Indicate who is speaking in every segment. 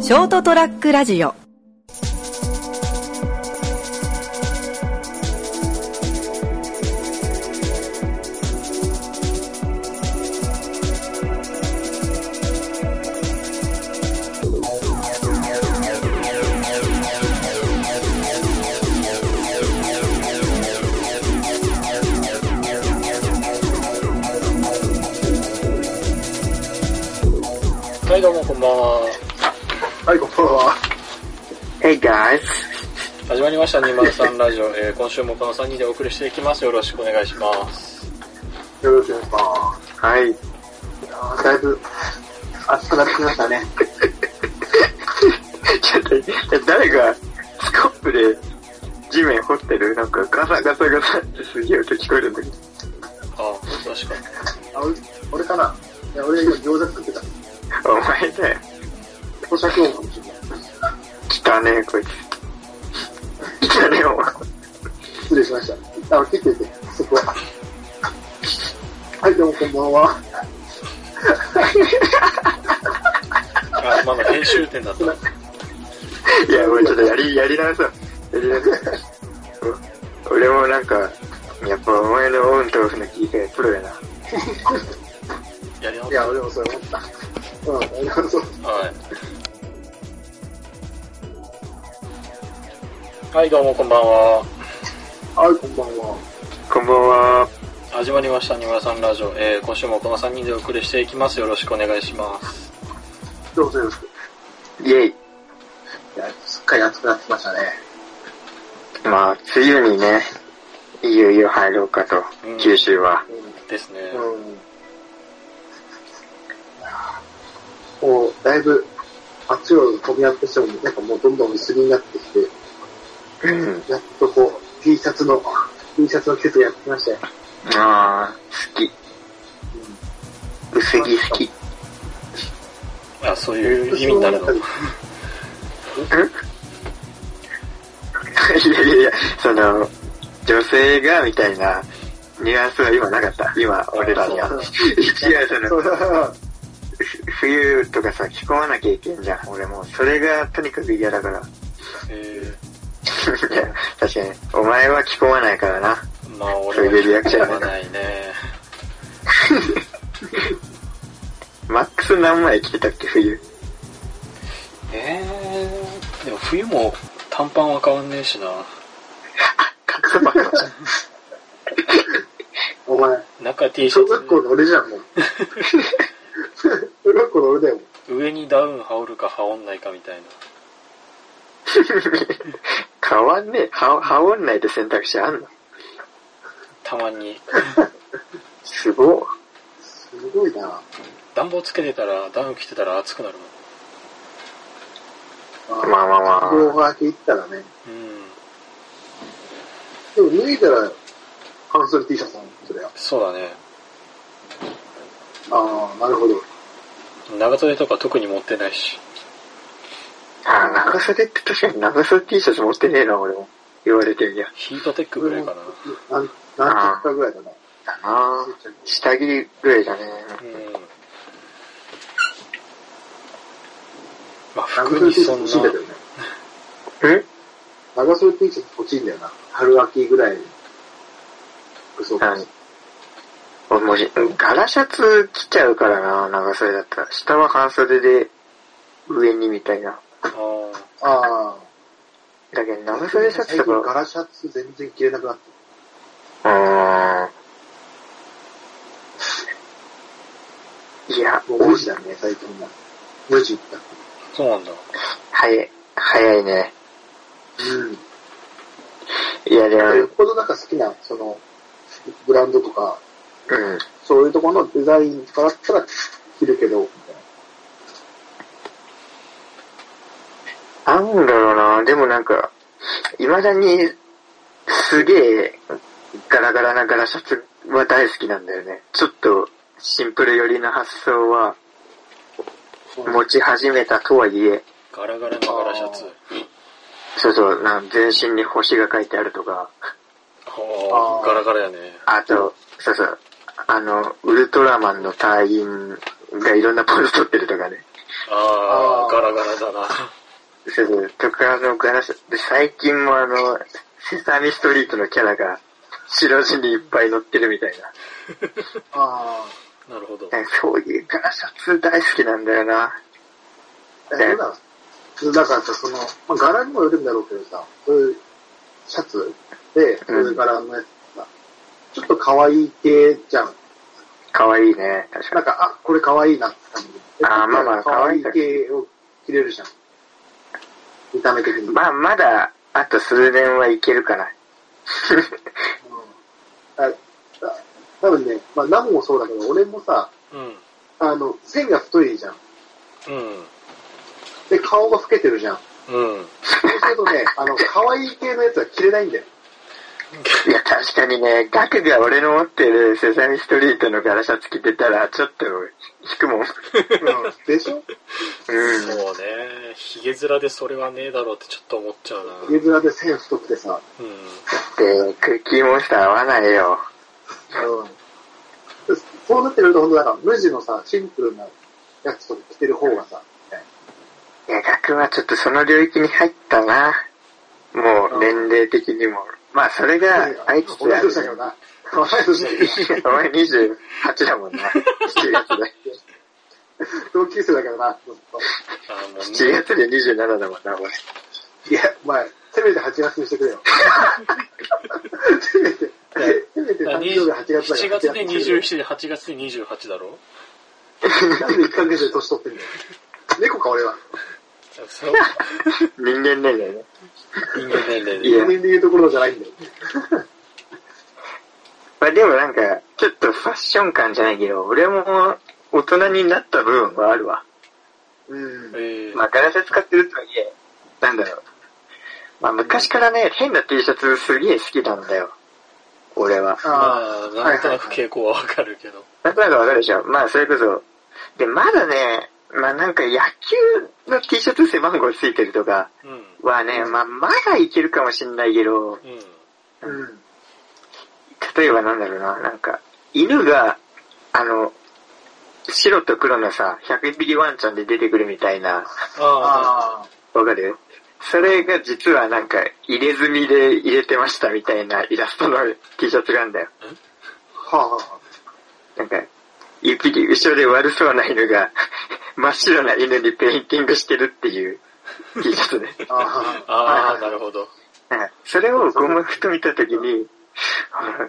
Speaker 1: ショートトラックラジオ
Speaker 2: はい、どうもこんばんは。
Speaker 3: はい、こんばんは。Hey guys.
Speaker 2: 始まりました、203ラジオ。えー、今週もこの3人でお送りしていきます。よろしくお願いします。
Speaker 3: よろしくお願いします。はい。いやーだいぶ、暑くなってきましたね。ちょっと、誰がスコップで地面掘ってるなんかガサガサガサってすげえ音聞こえるんだけど。
Speaker 2: あ、確か
Speaker 4: あ、俺俺かないや、俺今餃子作ってた。
Speaker 3: お前だよ。
Speaker 4: 咀嚼音かもしれない。
Speaker 3: 汚ねえ、こいつ。汚ねえ、お前。
Speaker 4: 失礼しました。あ、切ってて、そこは。はい、どうもこんばんは。
Speaker 2: に。あ、まだ編集点だった。
Speaker 3: いや、俺ちょっとやり、やり直そう。やり直そう。うん俺もなんか、やっぱお前のオンとオフの切り替えプロやな。
Speaker 2: やり直
Speaker 4: い
Speaker 2: す。
Speaker 4: や、俺もそう思った。うん、俺もそう。
Speaker 2: はい。はい、どうもこんばんは。
Speaker 4: はい、こんばんは。
Speaker 3: こんばんは。
Speaker 2: 始まりました、203ラジオ。えー、今週もこの3人でお送りしていきます。よろしくお願いします。
Speaker 4: どうぞよろしく。
Speaker 3: イェイ。
Speaker 4: いや、すっかり暑くなってきましたね。
Speaker 3: まあ、梅雨にね、いよいよ入ろうかと
Speaker 2: うん、
Speaker 3: 九州は。
Speaker 2: ですね。
Speaker 4: うん。うん。いやーもう、だいぶ、あっちを飛び合ってしても、なんかもうどんどん薄着になってきて、
Speaker 3: うん。
Speaker 4: やっとこう、T シャツの、T シャツの季節がやってきましたよ。
Speaker 3: ああ、好き。薄着好き。
Speaker 2: あ、そういう意味になるの。
Speaker 3: うんいやいやいや、その、女性がみたいなニュアンスは今なかった。今、俺らには
Speaker 4: そう。
Speaker 3: 違う、その、
Speaker 4: そう
Speaker 3: 冬とかさ、着込まなきゃいけんじゃん。俺もう、それがとにかく嫌だから。
Speaker 2: え
Speaker 3: いや、確かに。お前は着込まないからな。
Speaker 2: ー、まあ俺はしかないね。
Speaker 3: マックス何枚着てたっけ、冬。
Speaker 2: えー、でも冬も短パンは変わんねえしな。
Speaker 4: お前、
Speaker 2: 中 T シ
Speaker 4: 小
Speaker 2: ャ
Speaker 4: 学校
Speaker 2: ツ、
Speaker 4: の俺じゃ ん、もう。小学校の俺だよ、も
Speaker 2: 上にダウン羽織るか羽織んないかみたいな。
Speaker 3: 変わんねえ。は、羽織んないって選択肢あんの
Speaker 2: たまに。
Speaker 3: すごっ。
Speaker 4: う。すごいな。
Speaker 2: 暖房つけてたら、ダウン着てたら暑くなるもん。
Speaker 3: まあまあま
Speaker 4: この
Speaker 3: あ。
Speaker 4: おはがき行ったらね。
Speaker 2: うん。
Speaker 4: でも脱いだら、半袖 T シャツなの、それは。
Speaker 2: そうだね。
Speaker 4: ああ、なるほど。
Speaker 2: 長袖とか特に持ってないし。
Speaker 3: あ、長袖って確かに長袖 T シャツ持ってねえな、俺も。言われてみりゃ。
Speaker 2: ヒートテックぐらいかな。
Speaker 4: なん、何着かぐらいだな。
Speaker 3: だな下着ぐらいだね。
Speaker 2: うん。まあ、
Speaker 4: 長
Speaker 2: 服
Speaker 4: 袖
Speaker 2: に
Speaker 4: T シ
Speaker 2: そ
Speaker 4: ャツ
Speaker 2: ん
Speaker 4: 欲しいんだ
Speaker 2: な
Speaker 4: け、どね。
Speaker 3: え
Speaker 4: 長袖 T シャツ欲しいんだよな。春秋ぐらい。そうか。
Speaker 3: 何俺もし、柄シャツ着ちゃうからな、長袖だったら。下は半袖で、上にみたいな。
Speaker 2: あー
Speaker 4: あ
Speaker 3: だけど
Speaker 4: あ。
Speaker 3: 長袖シャツ
Speaker 4: 最近
Speaker 3: とか、
Speaker 4: 柄シャツ全然着れなくなって
Speaker 3: うーん。いや、
Speaker 4: る。もう無地だね、最近は。無地だ。
Speaker 2: そうなんだ。
Speaker 3: 早い、早いね。
Speaker 4: うん。
Speaker 3: いや、でも、
Speaker 4: よっぽどなんか好きな、その、ブランドとか、
Speaker 3: うん。
Speaker 4: そういうところのデザインとかだったら着るけど、みたい
Speaker 3: なんだろうな、でもなんか、未だに、すげえ、ガラガラなガラシャツは大好きなんだよね。ちょっと、シンプル寄りな発想は、
Speaker 4: な。
Speaker 3: 持ち始めたとはいえ、
Speaker 2: ガラガラのガラシャツ。
Speaker 3: そうそう、なん全身に星が書いてあるとか、
Speaker 2: あ
Speaker 4: あ
Speaker 2: あ、
Speaker 4: ー
Speaker 2: ガラガラやね。
Speaker 3: あと、そうそう、あの、ウルトラマンの隊員がいろんなポーズ撮ってるとかね。
Speaker 2: あ
Speaker 4: あ
Speaker 2: あ、
Speaker 4: ー
Speaker 2: ガラガラだな。
Speaker 3: そうそう、徳川のガラス、で最近もあの、セサミストリートのキャラが、白地にいっぱい乗ってるみたいな。
Speaker 4: あ
Speaker 2: なるほど。
Speaker 3: なんかそういうガラシャツ大好きなんだよな。
Speaker 4: あ。え、だだからさ、その、まあ、柄にもよるんだろうけどさ、そういうシャツで、そういう柄のやつさ、ちょっと可愛い系じゃん。
Speaker 3: かわいいね、確か
Speaker 4: なんか、あ、これ可愛いなって感じ。
Speaker 3: あーまあまあ
Speaker 4: 可愛い
Speaker 3: 可愛い
Speaker 4: 系を着れるじゃん。見た目的に。
Speaker 3: に。まあ、まだ、あと数年はいけるかな。
Speaker 4: うんああ多分ね、まあ、ナムもそうだけど、俺もさ、
Speaker 2: うん。
Speaker 4: あの、線が太いじゃん。
Speaker 2: うん。
Speaker 4: で、顔が老けてるじゃん。
Speaker 2: うん。
Speaker 4: そうするとね、あの、可愛い系のやつは着れな いんだよ。
Speaker 3: いや、確かにね、ガクが俺の持ってるセサミストリートのガラシャツ着てたら、ちょっと、引くもん。うん。
Speaker 4: でしょ
Speaker 2: そうね。ヒゲ面でそれはねえだろうってちょっと思っちゃうな。
Speaker 4: 家面で線太くてさ、
Speaker 2: うん。
Speaker 3: で、クッキーモンスター合わないよ。
Speaker 4: うん。そうなってくると、ほんとだから、無地のさ、シンプルなやつとか着てる方がさ、
Speaker 3: いや、ガクはちょっとその領域に入ったな。もう、年齢的にも。まあ、それが、あいつ
Speaker 4: 同い
Speaker 3: や
Speaker 4: 年だけどな。同い年だけ ど、
Speaker 3: お前28だもんな。7月で。
Speaker 4: 同級生だけどな。ずっと
Speaker 2: あの、
Speaker 3: 7月で27だもんな、俺。
Speaker 4: いや、お前、せめて8月にしてくれよ。せめて、せめて誕生日8
Speaker 2: 7
Speaker 4: 月だか
Speaker 2: 月
Speaker 4: ら。
Speaker 2: で27で8月で28だろ
Speaker 4: なんで1ヶ月で年取ってんだよ。猫か俺は。
Speaker 2: そう。
Speaker 3: 人間年齢ね。
Speaker 2: 人間年齢で。
Speaker 3: いや
Speaker 4: 人間で言うところじゃないんだよ。
Speaker 3: まあでもなんか、ちょっとファッション感じゃないけど、俺も大人になった部分はあるわ。
Speaker 4: うん。
Speaker 2: ええ
Speaker 3: まあガラス使ってるとはいえ、なんだろう。まあ昔からね、変な T シャツすげえ好きなんだよ。俺は。
Speaker 2: まあ、
Speaker 4: ーは
Speaker 2: ないんと
Speaker 4: はい
Speaker 2: なく傾向はわかるけど。
Speaker 3: なんとなくわかるでしょ。まあそれこそ。で、まだね、まあなんか野球の T シャツ背番号ついてるとか
Speaker 2: うん。
Speaker 3: はね、まあまだいけるかもしんないけど、
Speaker 2: うん。
Speaker 4: うん。
Speaker 3: 例えばなんだろうな、なんか、犬が、あの、白と黒のさ、100匹ワンちゃんで出てくるみたいな、
Speaker 2: ああ、
Speaker 4: あ
Speaker 3: わかるそれが実はなんか、入れ墨で入れてましたみたいなイラストの T シャツがあるんだよ。
Speaker 4: あ。はあ、は
Speaker 3: なんか、一匹後ろで悪そうな犬が、真っ白な犬にペインティングしてるっていう T シャツで。
Speaker 4: あ。ああ。
Speaker 2: ああ、なるほど。
Speaker 3: なんかそれをゴムふと見たときに、 あ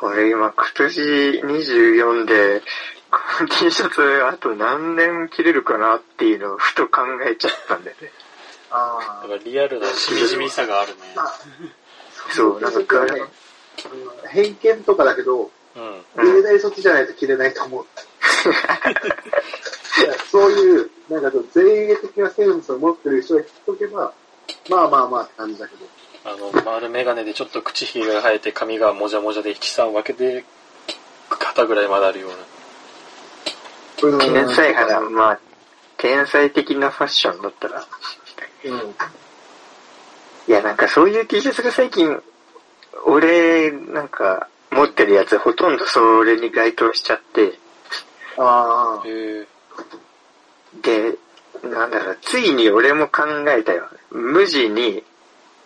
Speaker 3: 俺今今年24で、この T シャツあと何年着れるかなっていうのをふと考えちゃったんだよね。
Speaker 4: あ
Speaker 2: だからリアルなしみじみさがあるね。
Speaker 3: そう、なんかガラ、
Speaker 4: あ。偏見とかだけど、
Speaker 2: うん。
Speaker 4: 入れないそっちじゃないと着れないと思う。 いやそういう、なんかちょっと前衛的なセンスを持ってる人が着とけば、まあまあまあって感じだけど。
Speaker 2: あの、丸メガネでちょっと口ひげが生えて髪がもじゃもじゃで七三分けで、肩ぐらいまであるような。
Speaker 4: うん
Speaker 3: 天才肌、まあ、天才的なファッションだったら。
Speaker 4: うん。
Speaker 3: いや、なんかそういう T シャツが最近、俺、なんか、持ってるやつほとんどそれに該当しちゃって、
Speaker 4: あ
Speaker 2: へ
Speaker 4: あ。
Speaker 2: え
Speaker 3: で、なんだろう、ついに俺も考えたよ。無地に、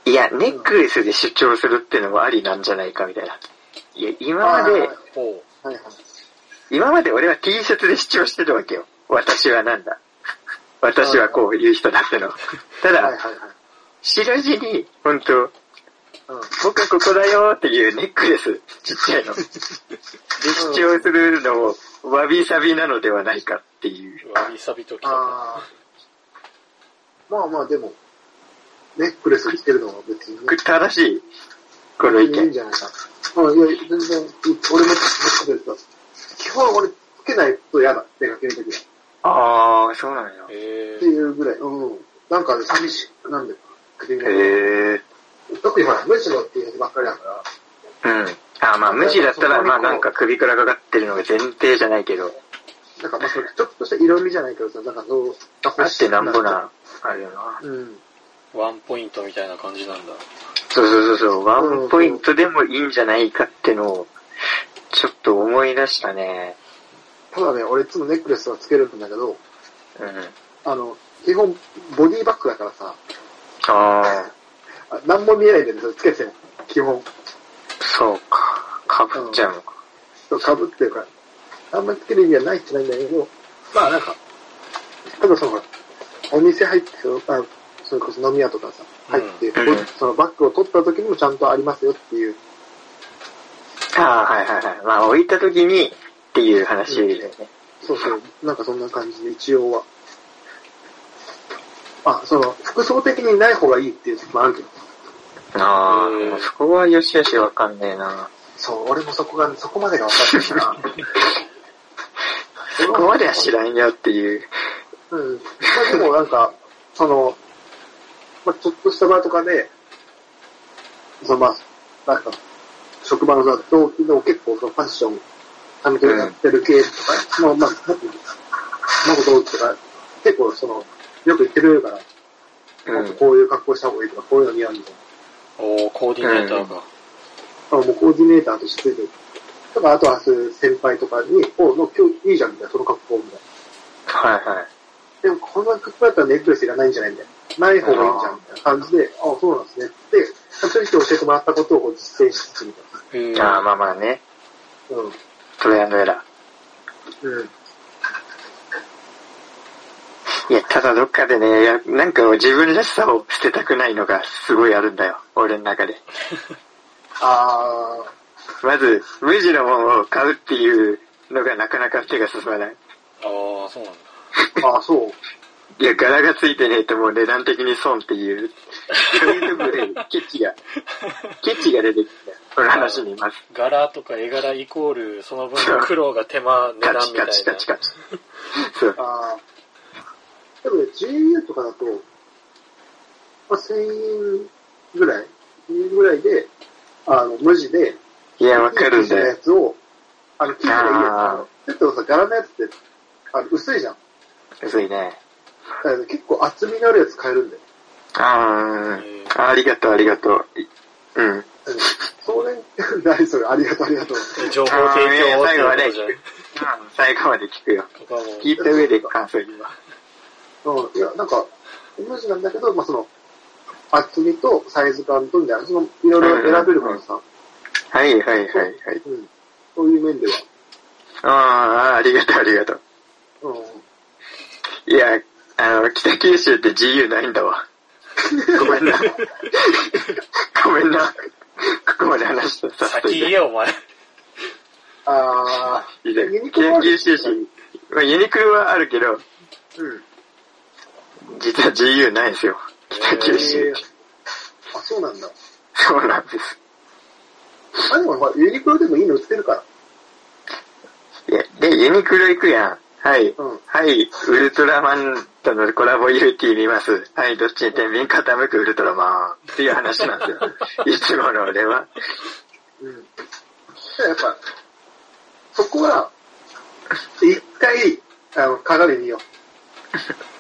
Speaker 3: いや、ネックレスで主張するってのもありなんじゃないかみたいな。いや、今まで
Speaker 4: あ、
Speaker 2: ほ
Speaker 4: ーはいはい。
Speaker 3: 今まで俺は T シャツで主張してるわけよ。私はなんだ。私はこういう人だっての。た
Speaker 4: はいはい
Speaker 3: だ、
Speaker 4: はい。
Speaker 3: 白地に、本当
Speaker 4: うん。
Speaker 3: 僕ここだよっていうネックレス、ちっちゃいの。で、主張するのも、わびさびなのではないかっていう
Speaker 2: う。。わびさびときた。
Speaker 4: ああ。まあまあでも、ネックレス着てるのは別にね
Speaker 3: これ正しいこの意
Speaker 4: いいん
Speaker 3: 見。
Speaker 4: じゃないか。うん、いや、全然いい、俺もネックレスだ。基本俺つけないと嫌だ、出かけるときは。
Speaker 3: ああ、そうなんや。
Speaker 2: へ
Speaker 4: って
Speaker 2: え
Speaker 4: いうぐらい、うん。なんかね、寂しい。なんでか。
Speaker 3: へえ。
Speaker 4: 特にほら、無視のっていうやつばっかりだから。
Speaker 3: うん。あーまあ、無地だったら、まあなんか首からかかってるのが前提じゃないけど、
Speaker 4: なんかまあそれちょっとした色味じゃないけどさ、なんかそう、
Speaker 3: あってなんぼ
Speaker 4: な。
Speaker 3: な、あれよな。
Speaker 4: うん。
Speaker 2: ワンポイントみたいな感じなんだ。
Speaker 3: そうそうそうそう、ワンポイントでもいいんじゃないかってのを、ちょっと思い出したね。
Speaker 4: ただね、俺いつもネックレスはつけるんだけど、
Speaker 3: うん。
Speaker 4: あの、基本、ボディバッグだからさ、
Speaker 3: ああ、
Speaker 4: あ何も見えないんだよね、それつけても。基本。
Speaker 3: そうか。かぶっちゃうのか。
Speaker 4: かぶってるから。あんまりつける意味はないっちゃないんだけど、まあなんか、ただその、お店入ってよ、あそれこそ飲み屋とかさ、入って、
Speaker 3: うん
Speaker 4: こそのバッグを取った時にもちゃんとありますよっていう。
Speaker 3: ああ、はいはいはい。まあ、置いた時にっていう話だよね。
Speaker 4: そうそう、なんかそんな感じで、一応は。あ、その、服装的にない方がいいっていうのもあるけど。
Speaker 3: ああ、
Speaker 2: うん
Speaker 3: でもそこはよしよしわかんねえな。
Speaker 4: そう、俺もそこが、そこまでが分 かってないな。
Speaker 3: そこまでは知らんよっていう。
Speaker 4: うん。まあでもなんか、その、まあちょっとした場とかで、そのまあ、なんか、職場のさ、同期の結構そのファッション、髪の毛やってる系とか、まあまあ、元同期とか、結構その、よく言ってくれるから、
Speaker 3: う
Speaker 4: もっと
Speaker 3: ん。
Speaker 4: こういう格好した方がいいとか、こういうの似合うみたいな。
Speaker 2: おーコーディネーターが。
Speaker 4: あもうコーディネーターとしてついてる。とか、あとはそういう先輩とかに、おの今日いいじゃんみたいな、その格好みたいな。
Speaker 3: はいはい。
Speaker 4: でも、この格好だったらネックレスいらないんじゃないんだよ。ない方がいいんじゃん、みたいな感じで、ああ、そうなんですね。で、それ人教えてもらったことをこう実践しつつ、みたい
Speaker 2: えー
Speaker 3: ああ、まあまあね。
Speaker 4: な。うん。
Speaker 3: トライアンドエラ
Speaker 4: うん。
Speaker 3: ー。いや、ただどっかでね、いやなんか自分らしさを捨てたくないのがすごいあるんだよ。俺の中で。
Speaker 4: あ
Speaker 3: まず、無地のものを買うっていうのがなかなか手が進まない。
Speaker 2: ああ、そうなんだ。
Speaker 4: ー、ああ、そう。
Speaker 3: いや、柄がついてねえともう値段的に損っていう、そういうところでケチが、ケチが出てきたよ。この話にまず。
Speaker 2: 柄とか絵柄イコール、その分の苦労が手間、値
Speaker 3: カ
Speaker 2: 段
Speaker 3: チ
Speaker 2: みた
Speaker 3: カ
Speaker 2: い
Speaker 3: チカチ
Speaker 2: な。
Speaker 3: カチ。そう。
Speaker 4: ああ。でもね、GU とかだと、まあ、1000円ぐらい、1000円ぐらいで、あの、無地で、
Speaker 3: いや、わかるんだ
Speaker 4: 生地のや
Speaker 3: よ。
Speaker 4: つを、あの、生地のいいやつあ
Speaker 3: あ
Speaker 4: の。ちょっとさ、柄のやつって、あの、薄いじゃん。
Speaker 3: 薄いね。
Speaker 4: だからね結構厚みのあるやつ買えるんだよ。
Speaker 3: あ
Speaker 2: うん
Speaker 3: ー、ありがとう、ありがとう。いうん。
Speaker 4: うんそ れ、何それ、ありがとう、ありがとう。
Speaker 2: 情報提供をっていうことじゃん。
Speaker 3: 最後まで聞くよ。
Speaker 2: ここはもう
Speaker 3: 聞いた上で感想言うわ。
Speaker 4: うん、いや、なんか、無地なんだけど、まあ、その、厚みとサイズ感とみたいな、その、いろいろ選べるからさ、
Speaker 3: はいはいはいはい。
Speaker 4: うん、そういう面で
Speaker 3: あ
Speaker 4: は、
Speaker 3: ー、ありがとう、ありがとう。
Speaker 4: うん、
Speaker 3: いや、あの、北九州って GU ないんだわ。ごめんな。ごめんな。ここまで話した。さっ
Speaker 2: 先言えよ、お前。
Speaker 4: あ
Speaker 3: いいね
Speaker 4: ユニクロは
Speaker 3: 北九州市、まあ、ユニクロはあるけど、
Speaker 4: ー、うん、
Speaker 3: 実は GU ないんですよ。北
Speaker 2: え
Speaker 3: 九州。
Speaker 4: あ、そうなんだ。
Speaker 3: そうなんです。
Speaker 4: あ、でも、ほらユニクロでもいいの売ってるから。
Speaker 3: いや、で、ユニクロ行くやん。はい。
Speaker 4: うん
Speaker 3: はい。ウルトラマンとのコラボ UT 見ます。はい。どっちに天秤傾くウルトラマン。っていう話なん ですよ。いつもの俺は。
Speaker 4: うん。ただやっぱ、そこは、一回、あの、鏡見よ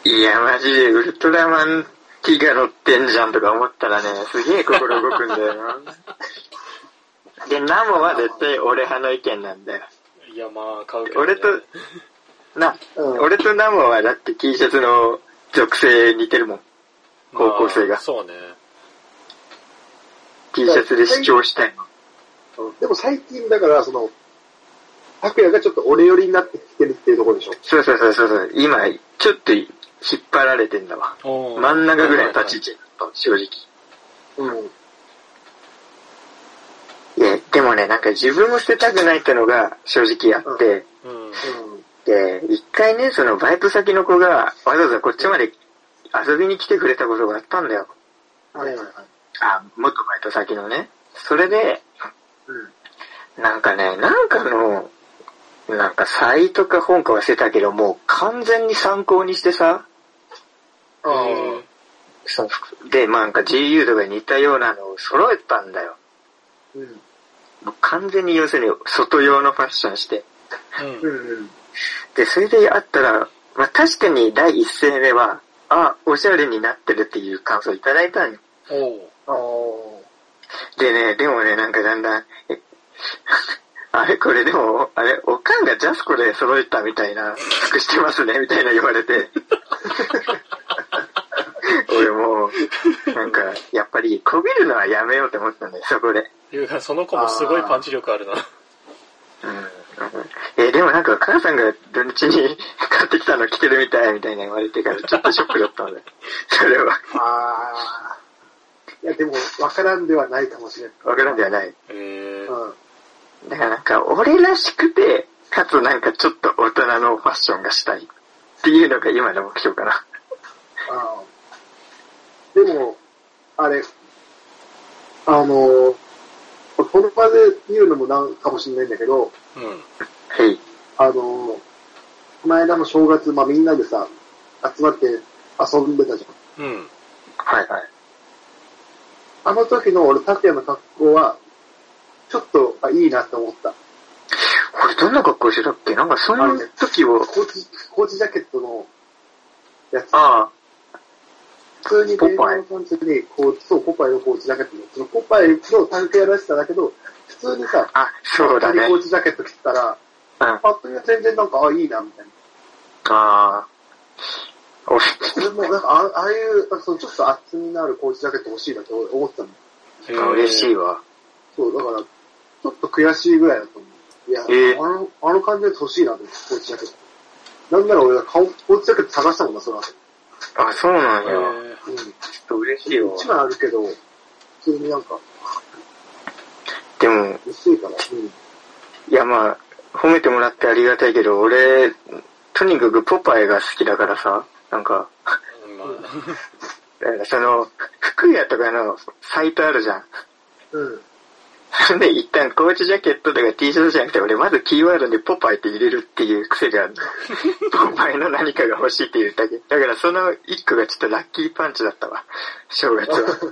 Speaker 3: いや、マジでウルトラマンティが乗ってんじゃんとか思ったらね、すげえ心動くんだよな。で、ナモは絶対俺派の意見なんだよ。
Speaker 2: いや、まあ、買うけど、
Speaker 3: 俺と、な、
Speaker 4: う。うん。
Speaker 3: 俺とナモはだって T シャツの属性似てるもん。高校生が
Speaker 2: まあそうね。
Speaker 3: T シャツで主張したいもん。
Speaker 4: うんでも最近、だから、その、拓也がちょっと俺寄りになってきてるっていうところでしょ。
Speaker 3: そうそうそうそうそう。今、ちょっと引っ張られてんだわ。
Speaker 2: おー
Speaker 3: 真ん中ぐらいの立ち位置だった正直。
Speaker 4: うん。
Speaker 3: いや、でもね、なんか自分を捨てたくないってのが正直あって、
Speaker 2: うん。
Speaker 4: うん。
Speaker 3: で、一回ね、そのバイト先の子がわざわざこっちまで遊びに来てくれたことがあったんだよ。
Speaker 4: はいはいはい。
Speaker 3: あ、元バイト先のね。それで、
Speaker 4: うん。
Speaker 3: なんかね、なんかの、なんかサイトか本か忘れたけど、もう完全に参考にしてさ、
Speaker 4: あ
Speaker 3: そので、まあなんか GU とかに似たようなのを揃えたんだよ。
Speaker 4: あ。うん。
Speaker 3: もう完全に要するに外用のファッションして。
Speaker 2: うん。
Speaker 4: うんうん。
Speaker 3: で、それであったら、まあ確かに第一声目は、あ、おしゃれになってるっていう感想をいただいたんよ。
Speaker 2: おう
Speaker 4: ああ。
Speaker 3: でね、でもね、なんかだんだん、え あれこれでも、あれ、おかんがジャスコで揃えたみたいな服してますね、みたいな言われて。 俺もう、なんか、やっぱり、こびるのはやめようと思ったんだよ、そこで。
Speaker 2: ゆうが、その子もすごいパンチ力あるな。
Speaker 3: うん。え、でもなんか、母さんが土日に 買ってきたの着てるみたいみたいな言われてから、ちょっとショックだったんだよ。それは、
Speaker 4: あー。いや、でも、わからんではないかもしれん。
Speaker 3: わからんではない。
Speaker 2: えー、
Speaker 4: うん。
Speaker 3: だからなんか、俺らしくて、かつなんかちょっと大人のファッションがしたい。っていうのが今の目標かな。
Speaker 4: あーでも、あれ、あの、この場で言うのもなんかもしれないんだけど、
Speaker 2: うん。
Speaker 3: はい。
Speaker 4: あの、この間の正月、まあみんなでさ、集まって遊んでたじゃん。
Speaker 2: うん。
Speaker 3: はいはい。
Speaker 4: あの時の俺、拓也の格好は、ちょっと、あ、いいなって思った。
Speaker 3: 俺どんな格好してたっけなんかその時を、
Speaker 4: コーチ、コーチジャケットのやつ。
Speaker 3: あ
Speaker 4: 普通に電話の感じに、こう、そう、ポパイのコーチジャケットの、そのポパイのタンクやらせただけど、普通にさ、
Speaker 3: あ、あ、そうだね。
Speaker 4: コ
Speaker 3: う
Speaker 4: ーチジャケット着てたら、
Speaker 3: ん。
Speaker 4: パッと見は全然なんか、あ、いいな、みたいな。
Speaker 3: あー俺、
Speaker 4: 俺もなんか、あああいう、そのちょっと厚みのあるコーチジャケット欲しいなって俺思ってたの。
Speaker 2: え
Speaker 3: あ
Speaker 2: ー、
Speaker 3: 嬉しいわ。
Speaker 4: そう、だから、ちょっと悔しいぐらいだと思う。いや、
Speaker 3: えー
Speaker 4: あの、あの感じで欲しいなと思って、コーチジャケット。なんなら俺は顔、コーチジャケット探したもんな、その後。
Speaker 3: あ、そうなん
Speaker 2: え
Speaker 3: や。
Speaker 2: ー
Speaker 4: うん。
Speaker 3: ちょっと嬉しいわ。
Speaker 4: 一枚あるけど、普通になんか、
Speaker 3: でも、
Speaker 4: 薄いから。うん。
Speaker 3: いやまあ、褒めてもらってありがたいけど、俺、とにかくポパイが好きだからさ、なんか、
Speaker 2: まあ、
Speaker 3: だからその、服屋とかのサイトあるじゃん。
Speaker 4: うん。
Speaker 3: それで一旦コーチジャケットとか T シャツじゃなくて、俺まずキーワードにポパイって入れるっていう癖があるの。ポパイの何かが欲しいっていうだけ。だからその一個がちょっとラッキーパンチだったわ。正月は。
Speaker 4: なんか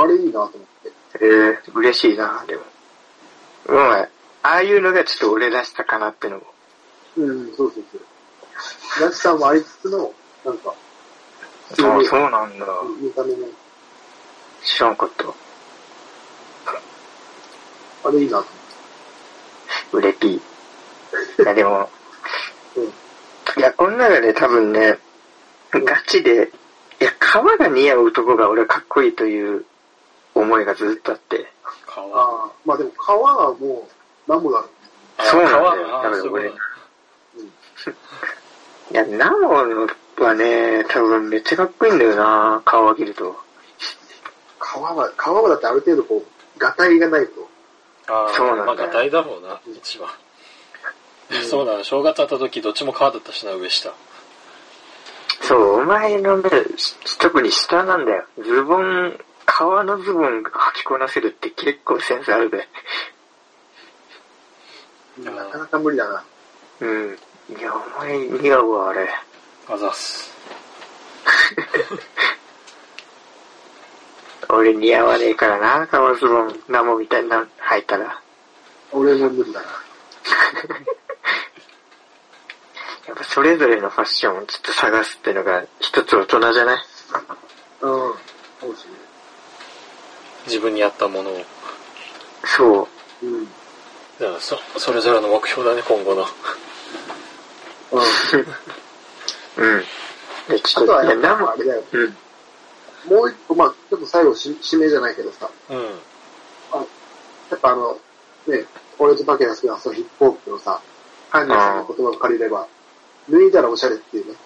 Speaker 4: あれいいなと思って。
Speaker 3: えー、嬉しいな、でも。うん、ああいうのがちょっと俺らしさかなってのも。
Speaker 4: うん、そうそうそう。ラチさんもありつつの、なんか、普通に
Speaker 3: ああ、そうなんだ。
Speaker 4: うん見た目の、
Speaker 3: 知らんかった。
Speaker 4: あれいいなと
Speaker 3: 売れピー。いや、でも、
Speaker 4: 思って。
Speaker 3: いや、この中で多分ね、
Speaker 4: うん
Speaker 3: ガチで、いや、皮が似合う男が俺はかっこいいという思いがずっとあって。
Speaker 2: か
Speaker 4: うん。
Speaker 2: わ
Speaker 4: ああ、まあでも皮はもう、なんもだろ
Speaker 2: いい。
Speaker 3: そうなんだよ
Speaker 2: あ
Speaker 3: だから
Speaker 2: そう
Speaker 3: 俺
Speaker 2: なん
Speaker 3: いや、ナモのはね、多分めっちゃかっこいいんだよな、皮を切ると。
Speaker 4: 皮は、皮はだってある程度こう、がたいがないと。
Speaker 2: あ
Speaker 3: そうなんだ
Speaker 2: あ、
Speaker 3: よ
Speaker 2: まあ、がたいだろうな、一番。そうなの、正月あった時、どっちも川だったしな、上下。
Speaker 3: そう、お前のね、し特に下なんだよ。ズボン、革のズボン履きこなせるって結構センスあるで。
Speaker 4: なかなか無理だな。
Speaker 3: うん。いや、お前似合うわ、あれ。
Speaker 2: あざっす。
Speaker 3: 俺似合わねえからな、革ズボン、ナモみたいなの履いたら。
Speaker 4: 俺も無理だな。
Speaker 3: やっぱそれぞれのファッションをちょっと探すっていうのが一つ大人じゃない
Speaker 4: うん。かもし
Speaker 2: 自分に合ったものを。
Speaker 3: そう。
Speaker 4: れない。うん。
Speaker 2: だからそ、それぞれの目標だね、今後の。
Speaker 4: うん。
Speaker 3: うん。で、ちょ
Speaker 4: あ
Speaker 3: っ
Speaker 4: と
Speaker 3: と、
Speaker 4: はいや
Speaker 3: や、
Speaker 4: っぱ
Speaker 3: ナモ
Speaker 4: あ、れだよ。
Speaker 3: うん。
Speaker 4: もう一個、まあちょっと最後し、締めじゃないけどさ、
Speaker 2: うん。
Speaker 4: やっぱあの、ね、俺とバケが好きなそのヒップホップのさ、カンニさんの言葉を借りれば、脱いだらおしゃれっていうね。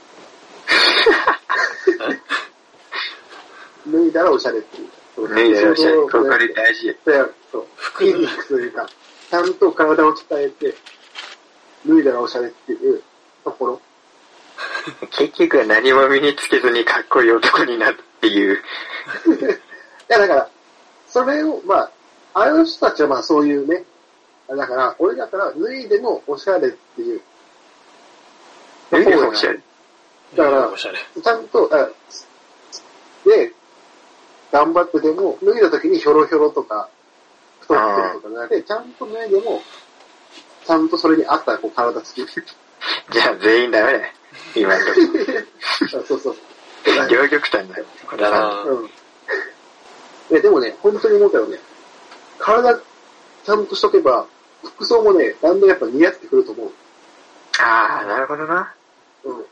Speaker 4: 脱いだらおしゃれっていう。
Speaker 3: 脱いだよ、
Speaker 4: ちょうど
Speaker 3: これ大事。
Speaker 4: そうやると、
Speaker 2: 服
Speaker 4: 筋肉というか、ちゃんと体を鍛えて、脱いだらおしゃれっていうところ。
Speaker 3: 結局は何も身につけずにかっこいい男になるっていう。
Speaker 4: いや、だから、それを、まあ、ああいう人たちはまあそういうね、あだから、俺だから脱いでもおしゃれっていう。
Speaker 3: 脱いでもおしゃれ。
Speaker 4: だから
Speaker 2: おしゃれ。
Speaker 4: ちゃんと、あで、頑張ってでも、脱いだ時にひょろひょろとか、太ってるとかじゃなくて、ちゃんと脱いでも、ちゃんとそれに合ったこう 体つき。
Speaker 3: じゃあ全員ダメだね。今のと こ
Speaker 4: あそうそう。
Speaker 3: 両極端だよ。これ
Speaker 2: だ
Speaker 3: は
Speaker 2: な
Speaker 4: うん。いや、でもね、本当に思ったよね。皮体ちゃんとしとけば、服装もね、だんだんやっぱ似合ってくると思う。
Speaker 3: ああ、なるほどな。
Speaker 4: うん。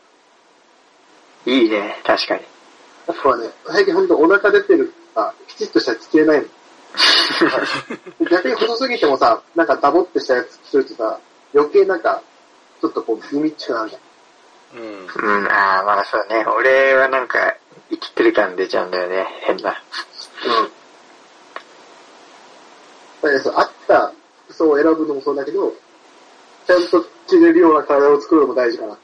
Speaker 3: いいね、確かに。
Speaker 4: あとはね、最近ほんとお腹出てるから、きちっとしたやつ着れないの。逆に細すぎてもさ、なんかダボってしたやつ着るとさ、余計なんか、ちょっとこう、ギミッチくなるじゃん。
Speaker 2: うん。
Speaker 3: うん、ああ、まあそうね。俺はなんか、生きてる感出ちゃうんだよね。変な。
Speaker 4: うん。だからそう、合った服装を選ぶのもそうだけど、ちゃんと着れるような体を作るのも大事かなっ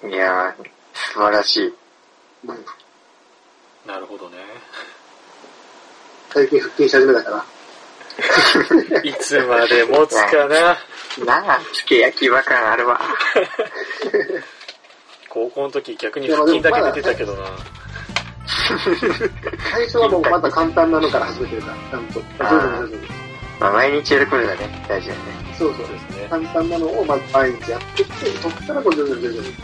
Speaker 4: ていう。
Speaker 3: いやー、素晴らしい。
Speaker 4: うん。
Speaker 2: なるほどね。
Speaker 4: 最近腹筋し始めたから。
Speaker 2: いつまで持つかな。
Speaker 3: なあ、つけ焼き場感あるわ。
Speaker 2: 高校の時逆に腹筋だけ出てたけどな。
Speaker 4: 最初はもうまた簡単なのから始めてるから、ちゃんと。徐々に徐々に。
Speaker 3: まあ、毎日やることだね。大事だね。
Speaker 4: そうそ
Speaker 2: そう
Speaker 4: う。
Speaker 2: ですね。
Speaker 4: 簡単なのをまず毎日やってきて、そっからこう徐々に徐々に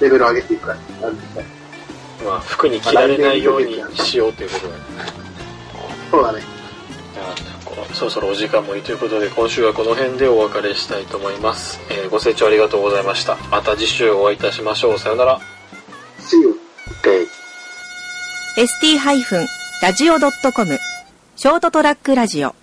Speaker 4: レベル上げていくから、なんていうか
Speaker 2: まあ、服に着られないようにしようということだね。
Speaker 4: そうだね。
Speaker 2: じゃあこうそろそろお時間もいいということで今週はこの辺でお別れしたいと思います、えーご清聴ありがとうございましたまた次週お会いいたしましょうさようなら
Speaker 4: See you.
Speaker 3: で、
Speaker 1: ST-radio.com ショートトラックラジオ